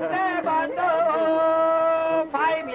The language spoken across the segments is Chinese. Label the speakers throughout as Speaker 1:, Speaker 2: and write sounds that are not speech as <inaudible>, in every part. Speaker 1: 在板头拍面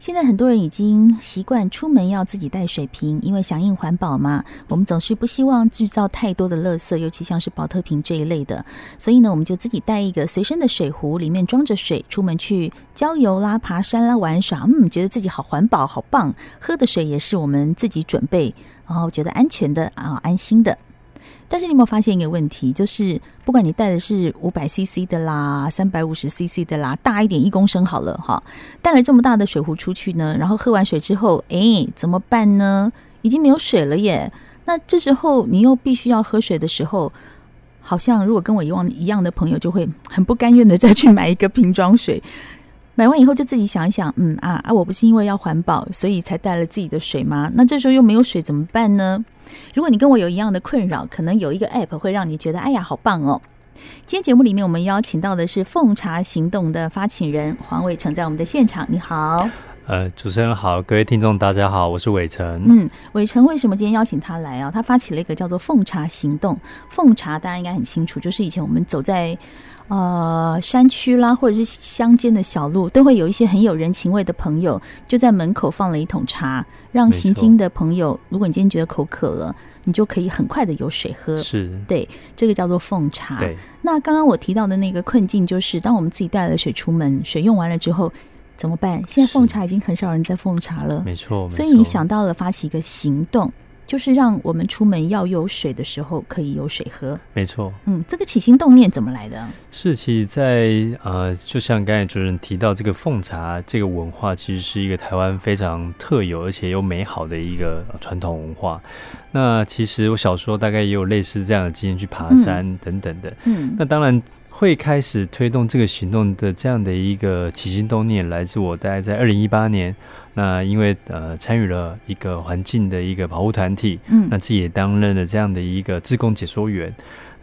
Speaker 2: 现在很多人已经习惯出门要自己带水瓶，因为响应环保嘛，我们总是不希望制造太多的垃圾，尤其像是保特瓶这一类的。所以呢，我们就自己带一个随身的水壶，里面装着水，出门去郊游啦、爬山啦、玩耍，嗯，觉得自己好环保，好棒。喝的水也是我们自己准备，然后觉得安全的啊、安心的。但是你有没有发现一个问题？就是不管你带的是五百 CC 的啦、三百五十 CC 的啦，大一点一公升好了哈，带了这么大的水壶出去呢，然后喝完水之后，诶，怎么办呢？已经没有水了耶。那这时候你又必须要喝水的时候，好像如果跟我一样一样的朋友，就会很不甘愿的再去买一个瓶装水。买完以后就自己想一想，嗯啊啊，我不是因为要环保，所以才带了自己的水吗？那这时候又没有水怎么办呢？如果你跟我有一样的困扰，可能有一个 App 会让你觉得，哎呀，好棒哦！今天节目里面，我们邀请到的是奉茶行动的发起人黄伟成，在我们的现场。你好，
Speaker 3: 呃，主持人好，各位听众大家好，我是伟成。
Speaker 2: 嗯，伟成为什么今天邀请他来啊？他发起了一个叫做“奉茶行动”。奉茶大家应该很清楚，就是以前我们走在呃山区啦，或者是乡间的小路，都会有一些很有人情味的朋友，就在门口放了一桶茶，让
Speaker 3: 没错
Speaker 2: 行经的朋友，如果你今天觉得口渴了，你就可以很快的有水喝。
Speaker 3: 是，
Speaker 2: 对，这个叫做奉茶。
Speaker 3: 对，
Speaker 2: 那刚刚我提到的那个困境，就是当我们自己带了水出门，水用完了之后怎么办？现在奉茶已经很少人在奉茶了，
Speaker 3: 没错。
Speaker 2: 所以
Speaker 3: 没错
Speaker 2: 你想，到了发起一个行动，就是让我们出门要有水的时候可以有水喝。
Speaker 3: 没错，
Speaker 2: 嗯，这个起心动念怎么来的？
Speaker 3: 是其实在呃，就像刚才主持人提到，这个奉茶这个文化，其实是一个台湾非常特有而且又美好的一个呃传统文化。那其实我小时候大概也有类似这样的经验，去爬山等等的。
Speaker 2: 嗯
Speaker 3: 那当然会开始推动这个行动的这样的一个起心动念，来自我大概在二零一八年，那因为呃参与了一个环境的一个保护团体，那
Speaker 2: 嗯
Speaker 3: 自己也担任了这样的一个自贡解说员。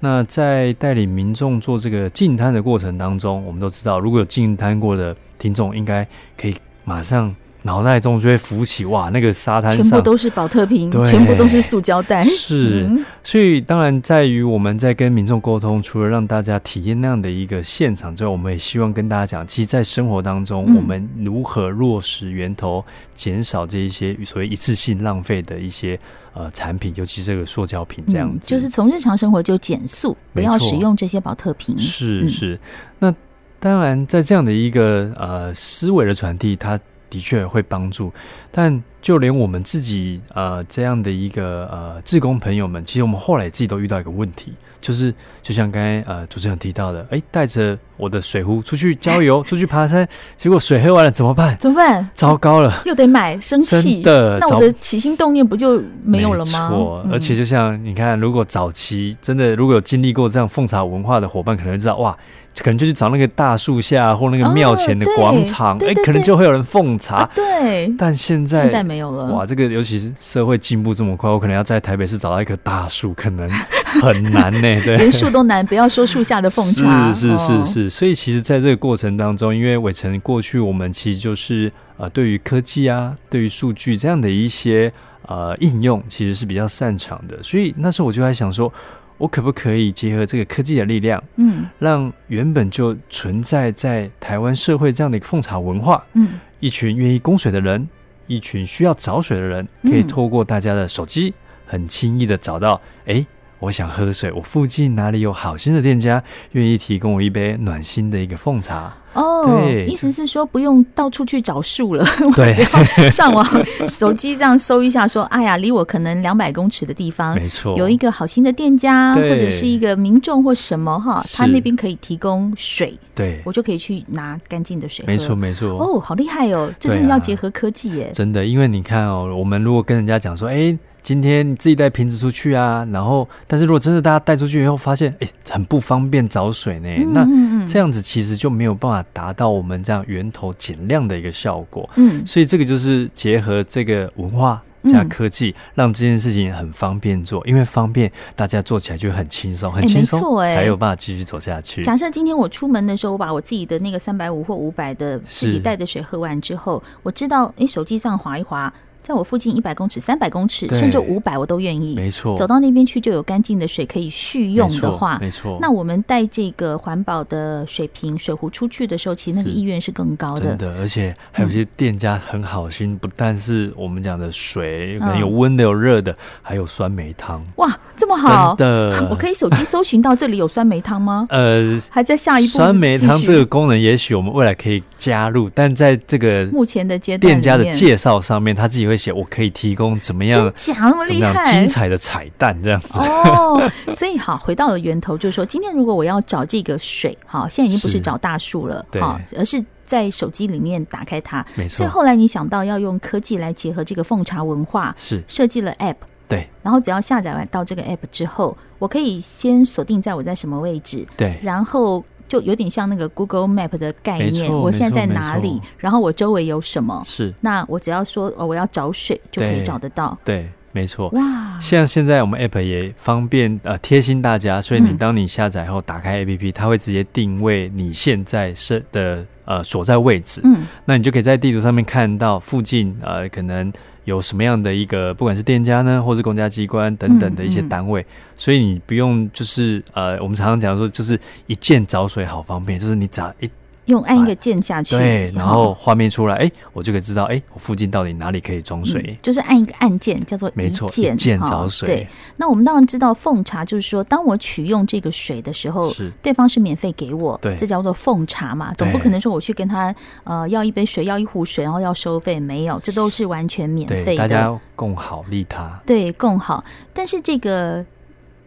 Speaker 3: 那在带领民众做这个净滩的过程当中，我们都知道，如果有净滩过的听众，应该可以马上脑袋中就会浮起哇，那个沙滩
Speaker 2: 全
Speaker 3: 上
Speaker 2: 部都是保特瓶，
Speaker 3: 对
Speaker 2: 全部都是塑胶袋。
Speaker 3: 是
Speaker 2: 嗯
Speaker 3: 所以当然在于我们在跟民众沟通，除了让大家体验那样的一个现场之外，我们也希望跟大家讲，其实，在生活当中，
Speaker 2: 嗯
Speaker 3: 我们如何落实源头，减少这一些所谓一次性浪费的一些呃产品，尤其这个塑胶品这样
Speaker 2: 嗯
Speaker 3: 子。
Speaker 2: 就是从日常生活就减速，不
Speaker 3: 没
Speaker 2: 要
Speaker 3: 错
Speaker 2: 使用这些保特瓶。嗯
Speaker 3: 是是，那当然，在这样的一个呃思维的传递，它的确会帮助，但就连我们自己呃这样的一个呃志工朋友们，其实我们后来自己都遇到一个问题，就是就像刚才呃主持人提到的，哎，带着我的水壶出去郊游、出去爬山，结果水喝完了怎么办？
Speaker 2: 怎么办？
Speaker 3: 糟糕了！
Speaker 2: 又得买，生气。
Speaker 3: 真的
Speaker 2: 那我
Speaker 3: 找
Speaker 2: 的起心动念不就没有了吗？
Speaker 3: 错，
Speaker 2: 嗯
Speaker 3: 而且就像你看，如果早期真的如果有经历过这样奉茶文化的伙伴，可能会知道哇，可能就去找那个大树下或那个庙前的
Speaker 2: 哦对
Speaker 3: 广场，
Speaker 2: 对
Speaker 3: 哎、
Speaker 2: 对
Speaker 3: 可能
Speaker 2: 对
Speaker 3: 就会有人奉茶。
Speaker 2: 啊，对，
Speaker 3: 但现在
Speaker 2: 现在没有了。
Speaker 3: 哇，这个尤其是社会进步这么快，我可能要在台北市找到一棵大树，可能很难呢、
Speaker 2: <laughs>
Speaker 3: 对
Speaker 2: 连。树都难，不要说树
Speaker 3: <laughs>
Speaker 2: 下的奉茶。
Speaker 3: 是是
Speaker 2: 哦
Speaker 3: 是是，所以其实在这个过程当中，因为伟成过去我们其实就是呃，对于科技啊，对于数据这样的一些呃应用，其实是比较擅长的。所以那时候我就在想说，我可不可以结合这个科技的力量，
Speaker 2: 嗯
Speaker 3: 让原本就存在在台湾社会这样的一个奉茶文化，
Speaker 2: 嗯
Speaker 3: 一群愿意供水的人，一群需要找水的人，
Speaker 2: 嗯
Speaker 3: 可以透过大家的手机，很轻易的找到，哎、我想喝水，我附近哪里有好心的店家愿意提供我一杯暖心的一个奉茶？
Speaker 2: <laughs> 哦，
Speaker 3: 对
Speaker 2: 意思是说不用到处去找树了，
Speaker 3: 对
Speaker 2: 我 <laughs> 只要上网、手机这样搜一下说，哎呀，离我可能两百公尺的地方
Speaker 3: <laughs> 没错，
Speaker 2: 有一个好心的店家，或
Speaker 3: 对
Speaker 2: 者是一个民众或什么哈，
Speaker 3: 是
Speaker 2: 他那边可以提供水，
Speaker 3: 对，
Speaker 2: 我就可以去拿干净的水喝。
Speaker 3: 没错没错。
Speaker 2: 哦，好厉害哦！这真的
Speaker 3: 对啊
Speaker 2: 要结合科技耶。
Speaker 3: 真的，因为你看哦，我们如果跟人家讲说，哎，今天你自己带瓶子出去啊，然后，但是如果真的大家带出去以后，发现哎很不方便找水呢，那
Speaker 2: 嗯嗯
Speaker 3: 这样子其实就没有办法达到我们这样源头减量的一个效果。
Speaker 2: 嗯，
Speaker 3: 所以这个就是结合这个文化加科技，让这件事情很方便做，因为方便大家做起来就很轻松，很轻
Speaker 2: 没错
Speaker 3: 松，
Speaker 2: 哎
Speaker 3: 才有办法继续走下去。
Speaker 2: 假设今天我出门的时候，我把我自己的那个三百五或五百的
Speaker 3: 是
Speaker 2: 自己带的水喝完之后，我知道，诶，手机上划一划，在我附近一百公尺、三百公尺，
Speaker 3: 对
Speaker 2: 甚至五百，我都愿意。
Speaker 3: 没错，
Speaker 2: 走到那边去就有干净的水可以续用的话，
Speaker 3: 没错，没错
Speaker 2: 那我们带这个环保的水瓶、水壶出去的时候，其实那个
Speaker 3: 是
Speaker 2: 意愿是更高的。
Speaker 3: 真的，而且还有一些店家很好心，不但是我们讲的水，可能有
Speaker 2: 嗯
Speaker 3: 温的有热的，还有酸梅汤。
Speaker 2: 哇，这么好！
Speaker 3: 真的
Speaker 2: 我可以手机搜寻到这里有酸梅汤吗？
Speaker 3: 呃，
Speaker 2: 还在下一步
Speaker 3: 酸梅汤
Speaker 2: 继续
Speaker 3: 这个功能，也许我们未来可以加入，但在这个
Speaker 2: 目前的阶段
Speaker 3: 店家
Speaker 2: 里
Speaker 3: 的
Speaker 2: 面
Speaker 3: 介绍上面，他自己会写我可以提供怎么样
Speaker 2: 真假那么
Speaker 3: 怎
Speaker 2: 厉
Speaker 3: 么样
Speaker 2: 害，
Speaker 3: 精彩的彩蛋这样 <laughs> 子。
Speaker 2: 哦，所以好，回到了源头，就是说，今天如果我要找这个水，好，现在已经不是
Speaker 3: 是
Speaker 2: 找大树了，
Speaker 3: 对
Speaker 2: 好，而是在手机里面打开它。
Speaker 3: 没
Speaker 2: 所以
Speaker 3: 错，
Speaker 2: 后来你想到要用科技来结合这个奉茶文化，
Speaker 3: 是
Speaker 2: 设计了 App，
Speaker 3: 对
Speaker 2: 然后只要下载完到这个 App 之后，我可以先锁定在我在什么位置，
Speaker 3: 对，
Speaker 2: 然后。就有点像那个 Google Map 的概
Speaker 3: 没
Speaker 2: 念，
Speaker 3: 错
Speaker 2: 我
Speaker 3: 没
Speaker 2: 现在
Speaker 3: 错
Speaker 2: 在
Speaker 3: 没
Speaker 2: 哪里
Speaker 3: 错，
Speaker 2: 然后我周围有什么，
Speaker 3: 是，
Speaker 2: 那我只要说哦，我要找水就可以
Speaker 3: 对
Speaker 2: 找得到。
Speaker 3: 对，没错。
Speaker 2: 哇，
Speaker 3: 像现在我们 App 也方便呃贴心大家，所以你
Speaker 2: 嗯
Speaker 3: 当你下载后打开 APP，、它会直接定位你现在是的呃所在位置，
Speaker 2: 嗯，
Speaker 3: 那你就可以在地图上面看到附近呃可能有什么样的一个不管是店家呢，或是公家机关等等的一些
Speaker 2: 嗯嗯
Speaker 3: 单位，所以你不用就是呃我们常常讲说就是一键找水好方便，就是你只要一
Speaker 2: 用按一个键下去，
Speaker 3: 对，然
Speaker 2: 好
Speaker 3: 后画面出来，哎、我就可以知道哎、我附近到底哪里可以装水。
Speaker 2: 嗯哦就是按一个按键，叫做
Speaker 3: 没错，
Speaker 2: 键
Speaker 3: 一键
Speaker 2: 哈
Speaker 3: 找水，
Speaker 2: 对，那我们当然知道奉茶，就是说，当我取用这个水的时候
Speaker 3: 是，
Speaker 2: 对方是免费给我，
Speaker 3: 对
Speaker 2: 这叫做奉茶嘛。总不
Speaker 3: 对
Speaker 2: 可能说我去跟他呃要一杯水，要一壶水，然后要收费，没有，这都是完全免
Speaker 3: 对，
Speaker 2: 费
Speaker 3: 大
Speaker 2: 的。
Speaker 3: 家要共好利他。
Speaker 2: 对更好，但是这个。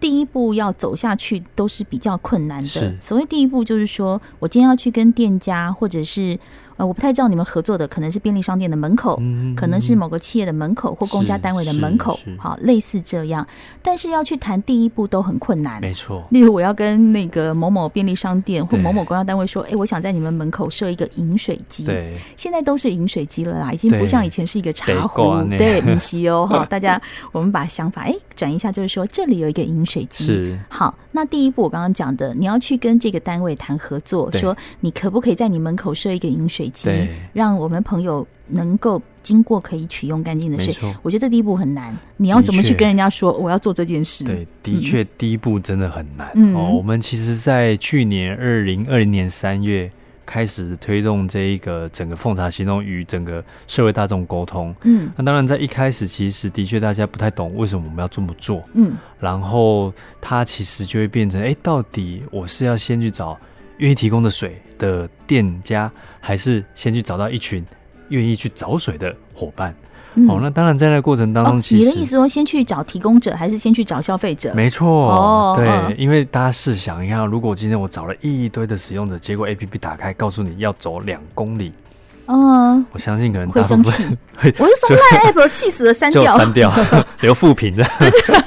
Speaker 2: 第一步要走下去都是比较困难的
Speaker 3: 是。
Speaker 2: 所谓第一步，就是说我今天要去跟店家，或者是呃，我不太知道你们合作的，可能是便利商店的门口，
Speaker 3: 嗯
Speaker 2: 可能是某个企业的门口或公家
Speaker 3: 是
Speaker 2: 单位的
Speaker 3: 是
Speaker 2: 门口
Speaker 3: 是，
Speaker 2: 好，类似这样。但是要去谈第一步都很困难。
Speaker 3: 没错，
Speaker 2: 例如，我要跟那个某某便利商店或
Speaker 3: 对
Speaker 2: 某某公家单位说，哎，我想在你们门口设一个饮水机。
Speaker 3: 对，
Speaker 2: 现在都是饮水机了啦，已经不
Speaker 3: 对
Speaker 2: 像以前是一个茶
Speaker 3: 得
Speaker 2: 壶
Speaker 3: 挂。呢
Speaker 2: 对，不是
Speaker 3: <laughs>
Speaker 2: 哦，哈，大家我们把想法哎转移一下，就是说这里有一个饮水机，
Speaker 3: 是
Speaker 2: 好，那第一步我刚刚讲的，你要去跟这个单位谈合作，
Speaker 3: 对
Speaker 2: 说你可不可以在你门口设一个饮水机
Speaker 3: 对，
Speaker 2: 让我们朋友能够经过可以取用干净的
Speaker 3: 没
Speaker 2: 水
Speaker 3: 错。
Speaker 2: 我觉得这第一步很难，你要怎么去
Speaker 3: 的确
Speaker 2: 跟人家说我要做这件事？
Speaker 3: 对，的确第一步真的很难、
Speaker 2: 嗯
Speaker 3: 哦。我们其实，在去年二零二零年三月开始推动这一个整个奉茶行动与整个社会大众沟通。
Speaker 2: 嗯
Speaker 3: 那当然，在一开始，其实的确大家不太懂为什么我们要这么做，
Speaker 2: 嗯，
Speaker 3: 然后它其实就会变成，哎，到底我是要先去找愿意提供的水的店家，还是先去找到一群愿意去找水的伙伴？
Speaker 2: 嗯
Speaker 3: 哦，那当然，在那个过程当中，
Speaker 2: 哦，
Speaker 3: 其
Speaker 2: 你
Speaker 3: 实、
Speaker 2: 的意思说先去找提供者，还是先去找消费者？
Speaker 3: 没错，
Speaker 2: 哦
Speaker 3: 对，
Speaker 2: 嗯
Speaker 3: 因为大家试想一下，如果今天我找了一堆的使用者，结果 A P P 打开告诉你要走两公里，
Speaker 2: 嗯，
Speaker 3: 我相信可能
Speaker 2: 会
Speaker 3: 大部
Speaker 2: 生
Speaker 3: 分
Speaker 2: 气
Speaker 3: <laughs> 会，
Speaker 2: 我就说烂 app，我气死了，删
Speaker 3: 就
Speaker 2: 掉。
Speaker 3: 删掉， <laughs> 留负评的。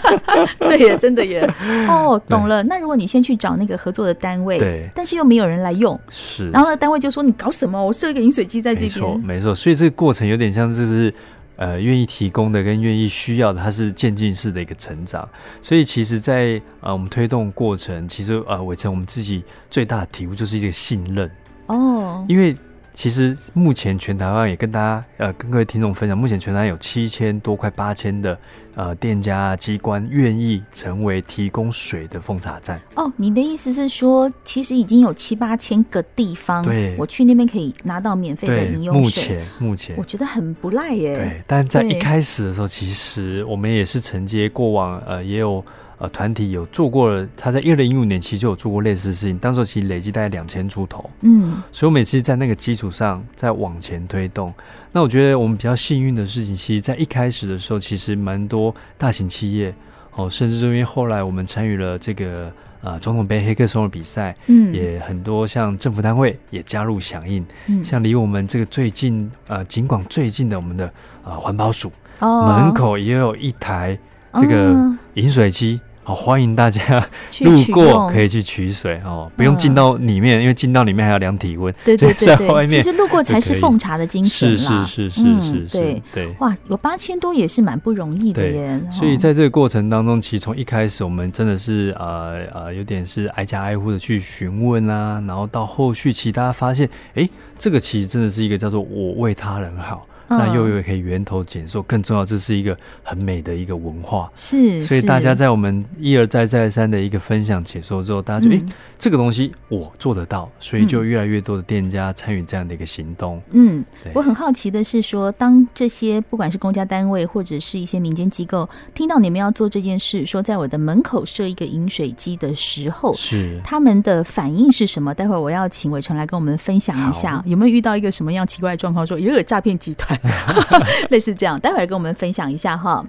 Speaker 2: <laughs> 对耶，真的
Speaker 3: <laughs>
Speaker 2: 耶。哦，懂了。那如果你先去找那个合作的单位，
Speaker 3: 对
Speaker 2: 但是又没有人来用。
Speaker 3: 是，
Speaker 2: 然后呢，单位就说你搞什么？我设一个饮水机在这
Speaker 3: 没错，
Speaker 2: 边。
Speaker 3: 没错，所以这个过程有点像就是。呃，愿意提供的跟愿意需要的，它是渐进式的一个成长。所以其实在，呃我们推动过程，其实呃伟成我们自己最大的体悟就是一个信任。
Speaker 2: 哦，
Speaker 3: 因为其实目前全台湾也跟大家呃跟各位听众分享，目前全台湾有七千多快八千的呃店家啊机关愿意成为提供水的奉茶站，
Speaker 2: 哦，你的意思是说，其实已经有七八千个地方，
Speaker 3: 对
Speaker 2: 我去那边可以拿到免费的饮用
Speaker 3: 目
Speaker 2: 水。
Speaker 3: 前目前
Speaker 2: 我。觉得很不赖耶。
Speaker 3: 对，但在一
Speaker 2: 对
Speaker 3: 开始的时候，其实我们也是承接过往，呃，也有呃团体有做过了，他在一零一五年其实就有做过类似的事情，当时候其实累计大概两千出头，
Speaker 2: 嗯
Speaker 3: 所以我们也是在那个基础上再往前推动。那我觉得我们比较幸运的事情，其实在一开始的时候，其实蛮多大型企业哦，甚至因为后来我们参与了这个呃总统杯黑客松的比赛，
Speaker 2: 嗯，
Speaker 3: 也很多像政府单位也加入响应，
Speaker 2: 嗯
Speaker 3: 像离我们这个最近呃景广最近的我们的呃环保署
Speaker 2: 哦
Speaker 3: 门口也有一台这个
Speaker 2: 哦
Speaker 3: 饮水机。好，欢迎大家
Speaker 2: <laughs> 去
Speaker 3: 路
Speaker 2: 取
Speaker 3: 过
Speaker 2: 用嗯
Speaker 3: 可以去取水哦，不用进到里面，因为进到里面还要量体温。
Speaker 2: 对对
Speaker 3: 这
Speaker 2: 对
Speaker 3: 在外
Speaker 2: 对，其
Speaker 3: 面
Speaker 2: 实路过才
Speaker 3: 就是可以
Speaker 2: 奉茶的精神
Speaker 3: 是
Speaker 2: 啦。
Speaker 3: 是是是
Speaker 2: 嗯
Speaker 3: 是是
Speaker 2: 对，
Speaker 3: 对。
Speaker 2: 哇，有八千多也是蛮不容易的
Speaker 3: 对
Speaker 2: 耶。
Speaker 3: 所以
Speaker 2: 哦
Speaker 3: 在这个过程当中，其实从一开始我们真的是呃呃有点是挨家挨户的去询问啊，然后到后续其实大家发现，诶，这个其实真的是一个叫做我为他人好，那又
Speaker 2: 嗯
Speaker 3: 有可以源头减寿，更重要这是一个很美的一个文化。
Speaker 2: 是，
Speaker 3: 所以大家
Speaker 2: 是
Speaker 3: 在我们一而再再而三的一个分享解说之后，大家就诶，
Speaker 2: 嗯
Speaker 3: 这个东西我做得到，所以就
Speaker 2: 嗯
Speaker 3: 越来越多的店家参与这样的一个行动。
Speaker 2: 嗯，
Speaker 3: 对
Speaker 2: 我很好奇的是说，当这些不管是公家单位或者是一些民间机构听到你们要做这件事，说在我的门口设一个饮水机的时候，
Speaker 3: 是，
Speaker 2: 他们的反应是什么？待会儿我要请伟成来跟我们分享一下
Speaker 3: 好，
Speaker 2: 有没有遇到一个什么样奇怪的状况，说也有诈骗集团，类似这样，待会儿跟我们分享一下哈。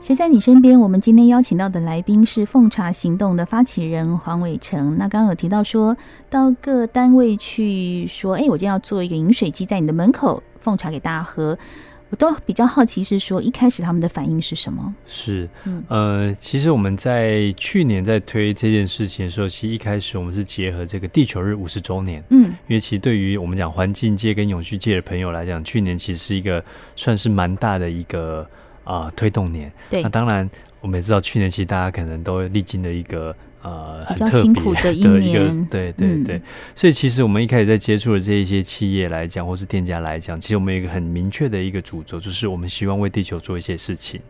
Speaker 2: 谁在你身边？我们今天邀请到的来宾是奉茶行动的发起人黄伟成。那刚刚有提到说，到各单位去说，哎，我今天要做一个饮水机在你的门口奉茶给大家喝。我都比较好奇是说，一开始他们的反应是什么？
Speaker 3: 是
Speaker 2: 嗯，
Speaker 3: 呃，其实我们在去年在推这件事情的时候，其实一开始我们是结合这个地球日五十周年，
Speaker 2: 嗯
Speaker 3: 因为其实对于我们讲环境界跟永续界的朋友来讲，去年其实是一个算是蛮大的一个啊、呃推动年。
Speaker 2: 对
Speaker 3: 那当然我们也知道，去年其实大家可能都历经了一个。呃，
Speaker 2: 比
Speaker 3: 很
Speaker 2: 较
Speaker 3: 特
Speaker 2: 辛
Speaker 3: 别
Speaker 2: 苦的
Speaker 3: 的
Speaker 2: 一
Speaker 3: 一个
Speaker 2: 年，
Speaker 3: 对对
Speaker 2: 嗯
Speaker 3: 对，所以其实我们一开始在接触的这一些企业来讲，或是店家来讲，其实我们有一个很明确的一个主轴，就是我们希望为地球做一些事情。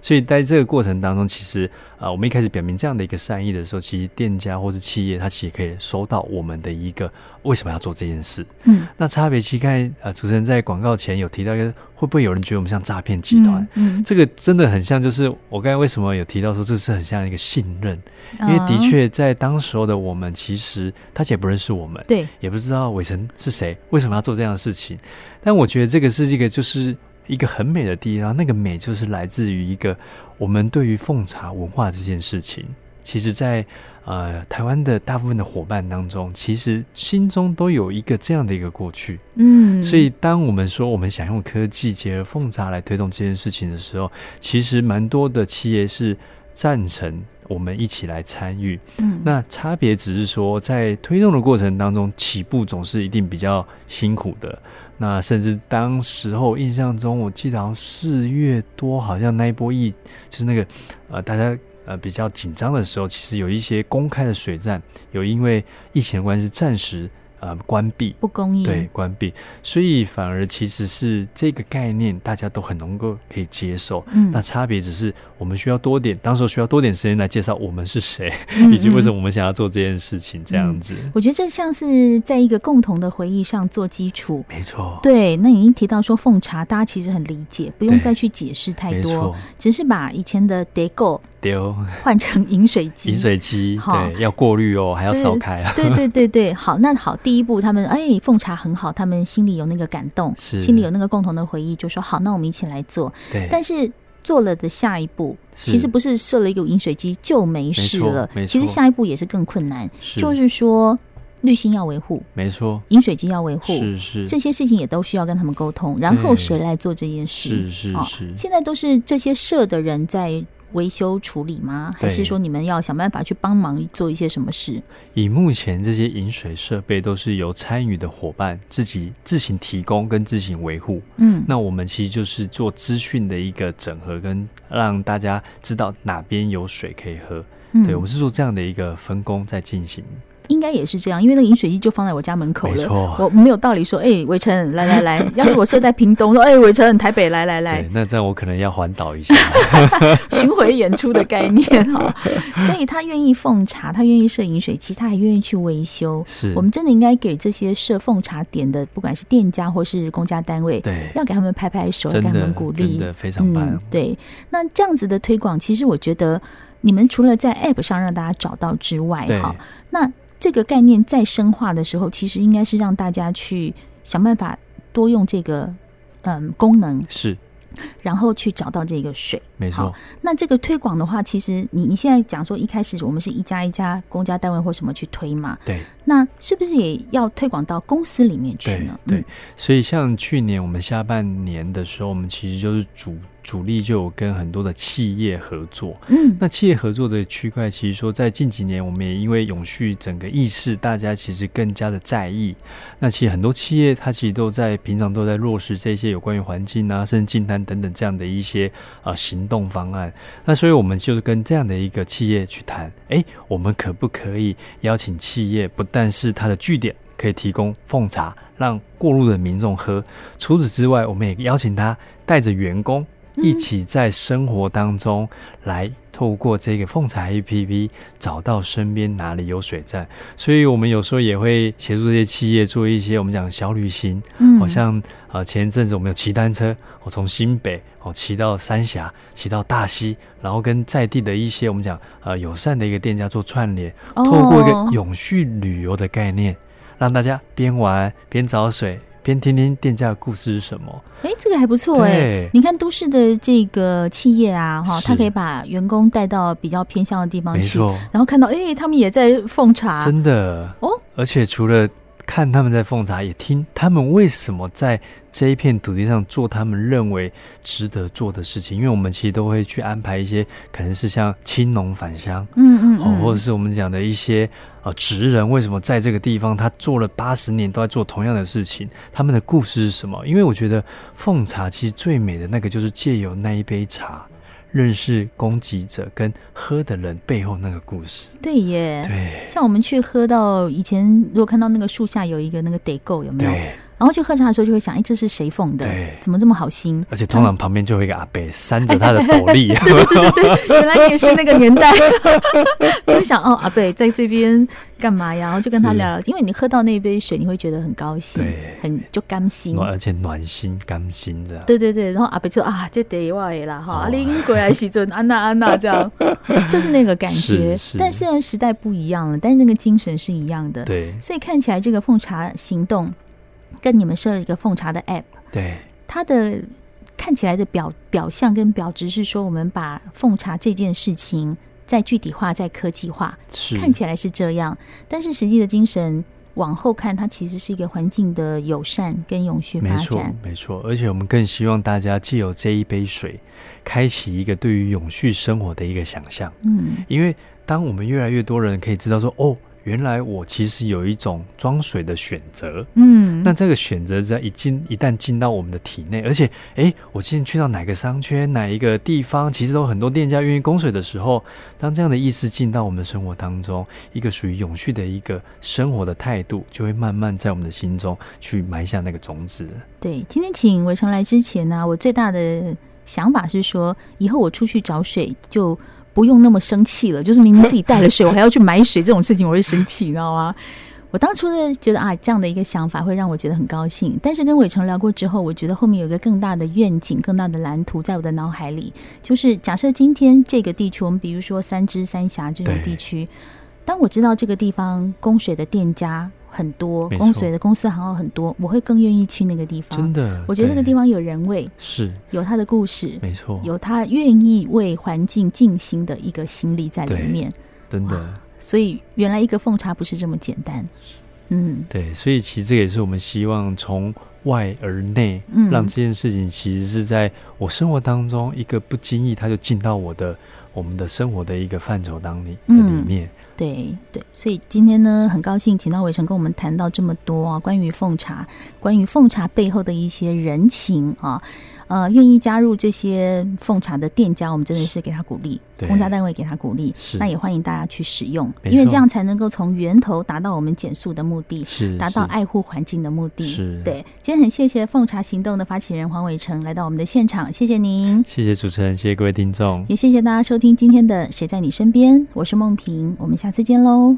Speaker 3: 所以在这个过程当中，其实啊、呃我们一开始表明这样的一个善意的时候，其实店家或是企业，它其实可以收到我们的一个为什么要做这件事。
Speaker 2: 嗯，
Speaker 3: 那差别期刊呃，主持人在广告前有提到一个，会不会有人觉得我们像诈骗集团？
Speaker 2: 嗯，
Speaker 3: 这个真的很像，就是我刚才为什么有提到说这是很像一个信任，因
Speaker 2: 嗯
Speaker 3: 为的，确在当时候的我们，其实他也不认识我们，
Speaker 2: 对，
Speaker 3: 也不知道伟成是谁，为什么要做这样的事情。但我觉得这个是一个就是一个很美的地方，那个美就是来自于一个我们对于奉茶文化这件事情。其实在，呃台湾的大部分的伙伴当中，其实心中都有一个这样的一个过去。
Speaker 2: 嗯，
Speaker 3: 所以，当我们说我们想用科技结合奉茶来推动这件事情的时候，其实蛮多的企业是赞成我们一起来参与。
Speaker 2: 嗯，
Speaker 3: 那差别只是说，在推动的过程当中，起步总是一定比较辛苦的。那甚至当时候印象中，我记得好像四月多，好像那一波疫，就是那个呃，大家呃比较紧张的时候，其实有一些公开的水站有因为疫情的关系暂时呃关闭。
Speaker 2: 不公益，
Speaker 3: 对，，关闭，所以反而其实是这个概念，大家都很能够可以接受。
Speaker 2: 嗯
Speaker 3: 那差别只是我们需要多点，当时候需要多点时间来介绍我们是谁，
Speaker 2: 嗯
Speaker 3: 以及为什
Speaker 2: 嗯
Speaker 3: 么我们想要做这件事情，这样子。
Speaker 2: 我觉得这像是在一个共同的回忆上做基础。
Speaker 3: 没错，
Speaker 2: 对，那已经提到说奉茶，大家其实很理解，不用
Speaker 3: 对
Speaker 2: 再去解释太
Speaker 3: 没
Speaker 2: 多
Speaker 3: 错，，
Speaker 2: 只是把以前的 d e g
Speaker 3: <laughs>
Speaker 2: o
Speaker 3: 丢
Speaker 2: 换成饮水机。
Speaker 3: 饮水机，
Speaker 2: 好
Speaker 3: 对，要过滤哦，还要
Speaker 2: 对
Speaker 3: 烧开啊。
Speaker 2: 对对对对，好，那好，第一步他们哎，奉茶很好，他们心里有那个感动，
Speaker 3: 是
Speaker 2: 心里有那个共同的回忆，就说好，那我们一起来做。
Speaker 3: 对，
Speaker 2: 但是做了的下一步，
Speaker 3: 是
Speaker 2: 其实不是设了一个饮水机就没事了，
Speaker 3: 没错没错
Speaker 2: 其实下一步也是更困难，
Speaker 3: 是
Speaker 2: 就是说滤芯要维护，
Speaker 3: 没错，
Speaker 2: 饮水机要维护，
Speaker 3: 是是
Speaker 2: 这些事情也都需要跟他们沟通，然后谁来做这件事？
Speaker 3: 是是
Speaker 2: 哦
Speaker 3: 是，
Speaker 2: 现在都是这些社的人在维修处理吗？还是
Speaker 3: 对
Speaker 2: 说你们要想办法去帮忙做一些什么事？
Speaker 3: 以目前这些饮水设备都是由参与的伙伴自己自行提供跟自行维护。
Speaker 2: 嗯，
Speaker 3: 那我们其实就是做资讯的一个整合，跟让大家知道哪边有水可以喝。
Speaker 2: 嗯
Speaker 3: 对我们是做这样的一个分工在进行。
Speaker 2: 应该也是这样，因为那个饮水机就放在我家门口
Speaker 3: 没
Speaker 2: 了，
Speaker 3: 错
Speaker 2: 我没有道理说，哎，伟成，来来来，要是我设在屏东，说，哎，伟成，台北，来来来
Speaker 3: 对，，那这样我可能要环岛一下。
Speaker 2: <laughs> 巡回演出的概念哈、所以他愿意奉茶，他愿意设饮水机，他还愿意去维修。
Speaker 3: 是
Speaker 2: 我们真的应该给这些设奉茶点的，不管是店家或是公家单位，
Speaker 3: 对，
Speaker 2: 要给他们拍拍手，要
Speaker 3: 真
Speaker 2: 给他
Speaker 3: 的
Speaker 2: 们鼓
Speaker 3: 真
Speaker 2: 励。
Speaker 3: 的非常棒。
Speaker 2: 嗯。对，那这样子的推广，其实我觉得你们除了在 App 上让大家找到之外，
Speaker 3: 对
Speaker 2: 哈，那这个概念再深化的时候，其实应该是让大家去想办法多用这个嗯功能，
Speaker 3: 是
Speaker 2: 然后去找到这个水。
Speaker 3: 没错
Speaker 2: 好，那这个推广的话，其实你你现在讲说一开始我们是一家一家公家单位或什么去推嘛，
Speaker 3: 对
Speaker 2: 那是不是也要推广到公司里面去
Speaker 3: 对
Speaker 2: 呢？
Speaker 3: 对
Speaker 2: 嗯，。
Speaker 3: 所以像去年我们下半年的时候，我们其实就是主主力就有跟很多的企业合作。
Speaker 2: 嗯，
Speaker 3: 那企业合作的区块，其实说在近几年，我们也因为永续整个意识，大家其实更加的在意。那其实很多企业，它其实都在平常都在落实这些有关于环境啊、甚至净滩等等这样的一些呃行动方案。那所以我们就是跟这样的一个企业去谈，诶，我们可不可以邀请企业，不但是它的据点可以提供奉茶，让过路的民众喝，除此之外，我们也邀请他带着员工。一起在生活当中来透过这个奉茶 APP 找到身边哪里有水站，所以我们有时候也会协助这些企业做一些我们讲小旅行，
Speaker 2: 嗯
Speaker 3: 好像呃前一阵子我们有骑单车，我从新北我骑到三峡，骑到大溪，然后跟在地的一些我们讲呃友善的一个店家做串联，透过一
Speaker 2: 哦
Speaker 3: 个永续旅游的概念，让大家边玩边找水，边听听店家的故事是什么。
Speaker 2: 哎，这个还不错哎
Speaker 3: 对。
Speaker 2: 你看都市的这个企业啊，哈，
Speaker 3: 是
Speaker 2: 它可以把员工带到比较偏向的地方
Speaker 3: 没
Speaker 2: 去，
Speaker 3: 错，
Speaker 2: 然后看到哎，他们也在奉茶，
Speaker 3: 真的
Speaker 2: 哦。
Speaker 3: 而且除了看他们在奉茶，也听他们为什么在这一片土地上做他们认为值得做的事情。因为我们其实都会去安排一些，可能是像青农返乡。
Speaker 2: 嗯嗯
Speaker 3: 哦
Speaker 2: 嗯，，
Speaker 3: 或者是我们讲的一些呃职人为什么在这个地方他做了八十年都在做同样的事情，他们的故事是什么？因为我觉得奉茶其实最美的那个就是借由那一杯茶，认识供给者跟喝的人背后那个故事。
Speaker 2: 对耶。
Speaker 3: 对
Speaker 2: 像我们去喝到以前，如果看到那个树下有一个那个得购有没有？
Speaker 3: 对，
Speaker 2: 然后去喝茶的时候就会想，哎，这是谁奉的
Speaker 3: 对？
Speaker 2: 怎么这么好心？
Speaker 3: 而且通常旁边就会一个阿伯扇着他的斗笠，
Speaker 2: <laughs> 原来你也是那个年代， <laughs> 就会想哦，阿贝在这边干嘛呀？然后就跟他
Speaker 3: 是
Speaker 2: 聊聊，因为你喝到那杯水，你会觉得很高兴
Speaker 3: 对，
Speaker 2: 很就甘心。
Speaker 3: <laughs> 暖而且暖心甘心的。
Speaker 2: 对对对，然后阿北就啊，这得我的
Speaker 3: <laughs>
Speaker 2: 啦哈，
Speaker 3: 哦
Speaker 2: 啊你过来时阵，安娜安啊娜这
Speaker 3: <laughs>
Speaker 2: 样，就是那个感觉
Speaker 3: 是。是
Speaker 2: 但虽然时代不一样了，但是那个精神是一样的。，
Speaker 3: 对
Speaker 2: 所以看起来这个奉茶行动，跟你们设一个奉茶的 app，
Speaker 3: 对
Speaker 2: 它的看起来的表表象跟表值是说，我们把奉茶这件事情再具体化、再科技化，
Speaker 3: 是，
Speaker 2: 看起来是这样，但是实际的精神往后看，它其实是一个环境的友善跟永续
Speaker 3: 没
Speaker 2: 发
Speaker 3: 错
Speaker 2: 展。，
Speaker 3: 没错，而且我们更希望大家借由这一杯水，开启一个对于永续生活的一个想象。
Speaker 2: 嗯，
Speaker 3: 因为当我们越来越多人可以知道说，哦，原来我其实有一种装水的选择。
Speaker 2: 嗯，
Speaker 3: 那这个选择只要一进，一旦进到我们的体内，而且，诶，我今天去到哪个商圈、哪一个地方，其实都有很多店家愿意供水的时候，当这样的意识进到我们的生活当中，一个属于永续的一个生活的态度，就会慢慢在我们的心中去埋下那个种子。
Speaker 2: 对，今天请围城来之前呢、我最大的想法是说，以后我出去找水就不用那么生气了。就是明明自己带了水，我还要去买水这种事情，我会生气，你知道吗？我当初的觉得啊，这样的一个想法会让我觉得很高兴。但是跟伟成聊过之后，我觉得后面有一个更大的愿景、更大的蓝图在我的脑海里，就是假设今天这个地区，我们比如说三芝、三峡这种
Speaker 3: 对
Speaker 2: 地区，当我知道这个地方供水的店家很多，
Speaker 3: 没错
Speaker 2: 供水的公司行号很多，我会更愿意去那个地方。
Speaker 3: 真的，
Speaker 2: 啊我觉得这个地
Speaker 3: 对
Speaker 2: 方有人味，
Speaker 3: 是
Speaker 2: 有他的故事，
Speaker 3: 没错，
Speaker 2: 有他愿意为环境尽心的一个心力在里
Speaker 3: 对
Speaker 2: 面。
Speaker 3: 真的
Speaker 2: 所以原来一个奉茶不是这么简单。嗯，
Speaker 3: 对，所以其实这个也是我们希望从外而内，
Speaker 2: 嗯
Speaker 3: 让这件事情其实是在我生活当中一个不经意，它就进到我的我们的生活的一个范畴当里的
Speaker 2: 嗯
Speaker 3: 里面，
Speaker 2: 对对，所以今天呢，很高兴请到伟成跟我们谈到这么多啊，关于奉茶，关于奉茶背后的一些人情啊，呃，愿意加入这些奉茶的店家，我们真的是给他鼓励，
Speaker 3: 对
Speaker 2: 公家单位给他鼓励，
Speaker 3: 是
Speaker 2: 那也欢迎大家去使用，
Speaker 3: 没
Speaker 2: 因为
Speaker 3: 错
Speaker 2: 这样才能够从源头达到我们减速的目的，
Speaker 3: 是
Speaker 2: 达到
Speaker 3: 是
Speaker 2: 爱护环境的目的。
Speaker 3: 是
Speaker 2: 对，今天很谢谢奉茶行动的发起人黄伟成来到我们的现场，谢谢您。
Speaker 3: 谢谢主持人，谢谢各位听众。
Speaker 2: 也谢谢大家收听今天的《谁在你身边》，我是梦萍，我们下次见喽。